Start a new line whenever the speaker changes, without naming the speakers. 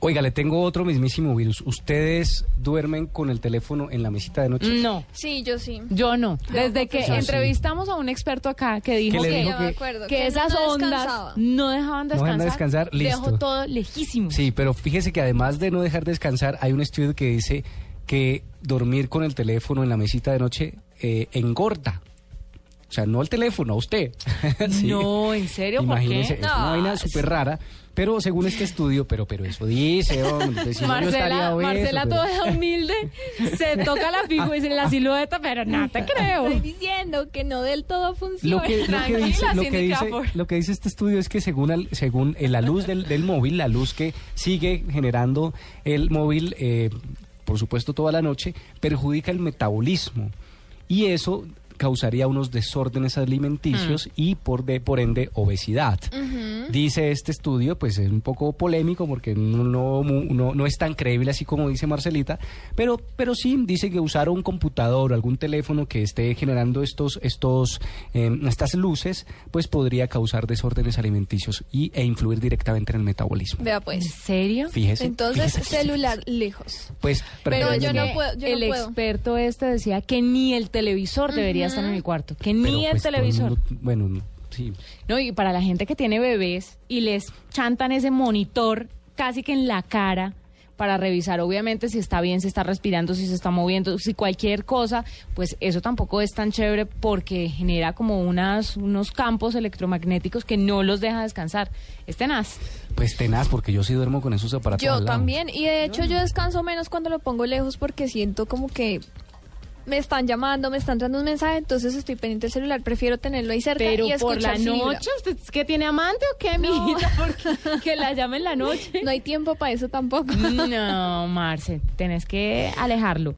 Oiga, le tengo otro mismísimo virus. ¿Ustedes duermen con el teléfono en la mesita de noche?
No,
Sí, yo sí.
yo no. Desde que
Yo sí.
entrevistamos a un experto acá que dijo
le
que,
dijo
ya me acuerdo,
que
que
esas
no descansaba.
ondas no dejaban
No dejan
descansar,
descansar, listo.
dejó todo lejísimo.
Sí, pero fíjese que además de no dejar descansar, hay un estudio que dice que dormir con el teléfono en la mesita de noche eh, engorda. O sea, no el teléfono, a usted. Sí.
No, ¿en serio? ¿Por
Imagínese,
qué?
es una
No,
vaina
es-
súper rara. Pero según este estudio, pero pero eso dice, hombre. entonces, si no, yo estaría
Marcela,
obeso,
Marcela
pero-
toda humilde, se toca la figura y dice la silueta, pero no te creo.
Estoy diciendo que no del todo funciona.
lo que, lo que
Tranquila,
dice, lo, que
Cindy
dice,
Crawford.
lo que dice este estudio es que según, al- según eh, la luz del, del móvil, la luz que sigue generando el móvil, eh, por supuesto toda la noche, perjudica el metabolismo. Y eso causaría unos desórdenes
Mm.
alimenticios y por, de, por ende obesidad. Dice este estudio, pues es un poco polémico porque no, no, mu- no- no es tan creíble así como dice Marcelita, pero, pero sí dice que usar un computador o algún teléfono que esté generando estos, estos, eh, estas luces, pues podría causar desórdenes alimenticios y, e influir directamente en el metabolismo.
Vea
¿En
pues.
serio?
Fíjese.
Entonces,
fíjese, fíjese,
celular lejos.
fíjese. Pues,
Pero yo
preferiblemente.
no puedo, yo no
el
puedo.
experto este decía que ni el televisor debería estar en el cuarto, que
Pero,
ni el
pues, todo el
televisor.
mundo- bueno, no, sí.
No, y para la gente que tiene bebés y les chantan ese monitor casi que en la cara para revisar obviamente si está bien, si está respirando, si se está moviendo, si cualquier cosa, pues eso tampoco es tan chévere porque genera como unas, unos campos electromagnéticos que no los deja descansar. Es tenaz.
Pues tenaz, porque yo sí duermo con esos aparatos.
Yo
al lado.
también. Y de hecho, yo descanso menos cuando lo pongo lejos porque siento como que me están llamando, me están dando un mensaje, entonces estoy pendiente del celular. Prefiero tenerlo ahí cerca
Pero
y
por la
escuchar si vibra.
noche, ¿usted es que tiene amante o qué, mijita? Porque que la llame en la noche.
No hay tiempo para eso tampoco.
No, Marce, tenés que alejarlo.